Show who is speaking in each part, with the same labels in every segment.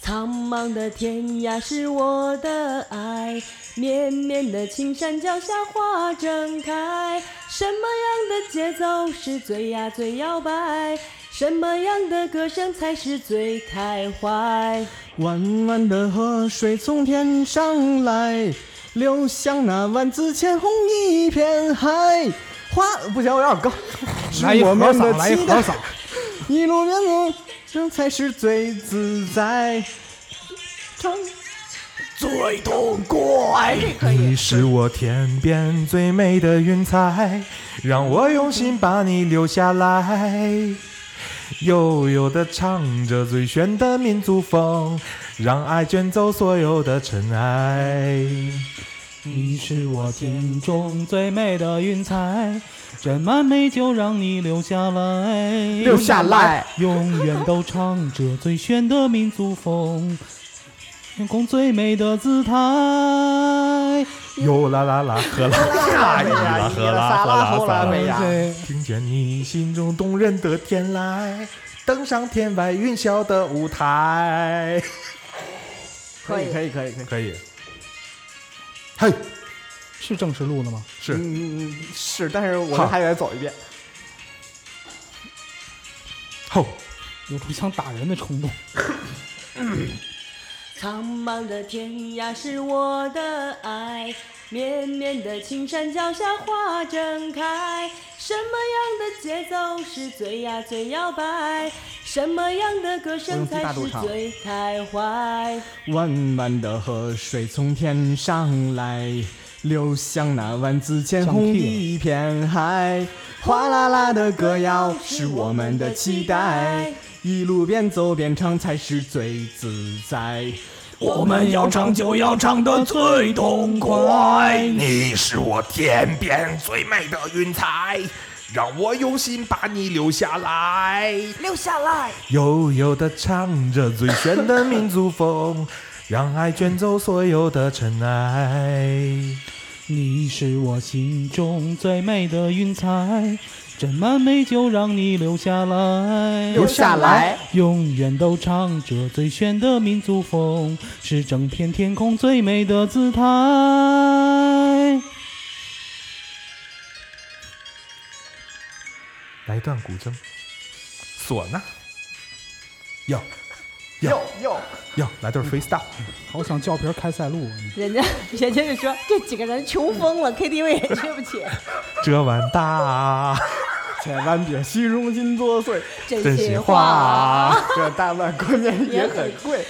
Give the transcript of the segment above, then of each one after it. Speaker 1: 苍茫的天涯是我的爱，绵绵的青山脚下花正开。什么样的节奏是最呀最摇摆？什么样的歌声才是最开怀？
Speaker 2: 弯弯的河水从天上来，流向那万紫千红一片海。花不行，我有点高，是
Speaker 3: 来一
Speaker 2: 我
Speaker 3: 和
Speaker 2: 们
Speaker 3: 嗓
Speaker 2: 的，
Speaker 3: 来一和
Speaker 2: 期待。
Speaker 3: 嗓。
Speaker 2: 一路面目，这才是最自在。唱，最痛
Speaker 4: 哎
Speaker 2: 快。
Speaker 3: 你是我天边最美的云彩，让我用心把你留下来。悠悠地唱着最炫的民族风，让爱卷走所有的尘埃。
Speaker 4: 你是我心中最美的云彩，斟满美酒让你留下来，
Speaker 2: 留下来，
Speaker 4: 永远都唱着最炫的民族风，天空最美的姿态。
Speaker 3: 哟啦啦啦，呵啦
Speaker 2: 哎
Speaker 3: 啦，咿
Speaker 4: 哎
Speaker 3: 啦呵啦啦啦啦啦。听见你心中动人的天籁，登上天外云霄的舞台。
Speaker 2: 可以可以可以可以，
Speaker 3: 可以。嘿，
Speaker 4: 是正式录的吗？
Speaker 3: 是。
Speaker 2: 嗯是，但是我
Speaker 3: 好
Speaker 2: 们还得走一遍。
Speaker 3: 吼，
Speaker 4: 有种想打人的冲动。
Speaker 1: 苍茫的天涯是我的爱，绵绵的青山脚下花正开。什么样的节奏是最呀最摇摆？什么样的歌声才是最开怀？
Speaker 2: 弯弯的河水从天上来，流向那万紫千红一片海。哗啦啦的歌谣是我们的期待，一路边走边唱才是最自在。我们要唱就要唱得最痛快。
Speaker 3: 你是我天边最美的云彩，让我用心把你留下来，留下来。悠悠的唱着最炫的民族风，让爱卷走所有的尘埃。
Speaker 4: 你是我心中最美的云彩，斟满美酒让你留下来，
Speaker 2: 留下来，
Speaker 4: 永远都唱着最炫的民族风，是整片天空最美的姿态。
Speaker 3: 来段古筝，唢呐，哟
Speaker 2: 哟
Speaker 3: 哟
Speaker 2: 哟，
Speaker 3: 哟，来段 freestyle，
Speaker 4: 好想叫瓶开塞露啊，
Speaker 1: 人家人家就说这几个人穷疯了，KTV 也去不起，
Speaker 3: 这碗大，
Speaker 2: 千万别虚荣心作祟，
Speaker 3: 真
Speaker 1: 真
Speaker 3: 心
Speaker 1: 心
Speaker 3: 话。
Speaker 2: 这大碗关键啊也很贵。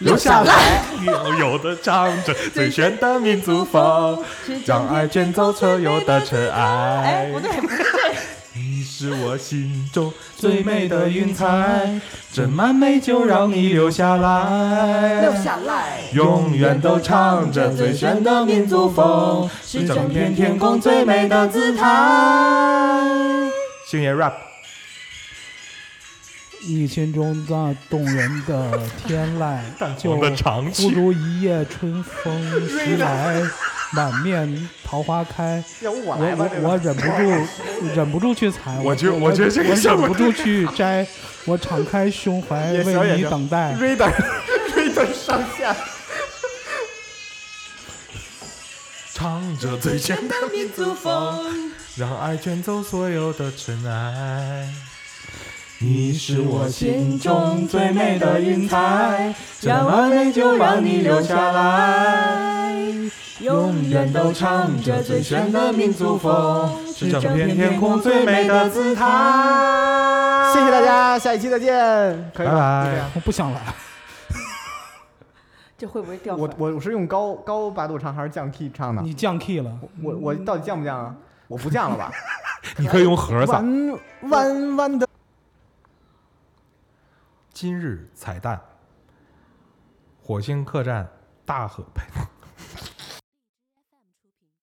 Speaker 3: 留下来，悠悠的唱着最炫的民族风，让爱卷走所有的尘
Speaker 1: 哎
Speaker 3: 埃，
Speaker 1: 不。对，不对，
Speaker 3: 你是我心中
Speaker 4: 最
Speaker 3: 最
Speaker 4: 美
Speaker 3: 美
Speaker 4: 的
Speaker 3: 的
Speaker 4: 云
Speaker 3: 云
Speaker 4: 彩
Speaker 3: 彩，，斟满美酒让你留下来，
Speaker 1: 留下来。
Speaker 3: 永远都唱着最炫的民族风，是整片天空最美的姿态。星爷 rap，
Speaker 4: 你心中那动人的 天籁
Speaker 3: 淡，
Speaker 4: 就
Speaker 3: 黄的长
Speaker 4: 不
Speaker 3: 曲，
Speaker 4: 如一夜春风徐来，满面桃花开。
Speaker 2: 要不我
Speaker 4: 我
Speaker 2: 来吧，这
Speaker 4: 我
Speaker 2: 个
Speaker 4: 我忍不住， 忍不住去踩。
Speaker 3: 我觉我
Speaker 4: 我
Speaker 3: 觉得这个项目
Speaker 4: 忍不住去摘。我敞开胸 怀，
Speaker 2: 也行
Speaker 4: 哎为
Speaker 2: 也
Speaker 4: 你
Speaker 2: 行
Speaker 4: 等待。
Speaker 2: ，reader reader 上 线。
Speaker 3: 唱着最炫的
Speaker 1: 民族风，
Speaker 3: 让爱卷走所有的尘埃。你是我心中最美的云彩，
Speaker 1: 让
Speaker 3: 完
Speaker 1: 我
Speaker 3: 美
Speaker 1: 们
Speaker 3: 就
Speaker 1: 就
Speaker 3: 让
Speaker 1: 让
Speaker 3: 你
Speaker 1: 你
Speaker 3: 留
Speaker 1: 留
Speaker 3: 下
Speaker 1: 下
Speaker 3: 来。
Speaker 1: 来，
Speaker 3: 永
Speaker 1: 永
Speaker 3: 远
Speaker 1: 远
Speaker 3: 都
Speaker 1: 都
Speaker 3: 唱
Speaker 1: 唱
Speaker 3: 着
Speaker 1: 着
Speaker 3: 最
Speaker 1: 最
Speaker 3: 炫
Speaker 1: 炫
Speaker 3: 的
Speaker 1: 的
Speaker 3: 民
Speaker 1: 民
Speaker 3: 族
Speaker 1: 族
Speaker 3: 风
Speaker 1: 风，
Speaker 3: 是
Speaker 1: 是
Speaker 3: 整
Speaker 1: 整
Speaker 3: 片
Speaker 1: 片
Speaker 3: 天
Speaker 1: 天
Speaker 3: 空
Speaker 1: 空
Speaker 3: 最
Speaker 1: 最
Speaker 3: 美
Speaker 1: 美
Speaker 3: 的
Speaker 1: 的
Speaker 3: 姿
Speaker 1: 姿
Speaker 3: 态。
Speaker 2: 谢谢大家，下一期再见。可以吧
Speaker 3: 拜拜
Speaker 2: 就这样
Speaker 4: 我不想来，
Speaker 1: 这会不会掉粉
Speaker 2: 我？我我是用高高八度唱还是降 key 唱的？
Speaker 4: 你降 key 了。
Speaker 2: 我我到底降不降啊？我不降了 吧？
Speaker 3: 你可以用盒嗓。
Speaker 2: 弯弯弯的，
Speaker 3: 今日彩蛋：火星客栈大河。呸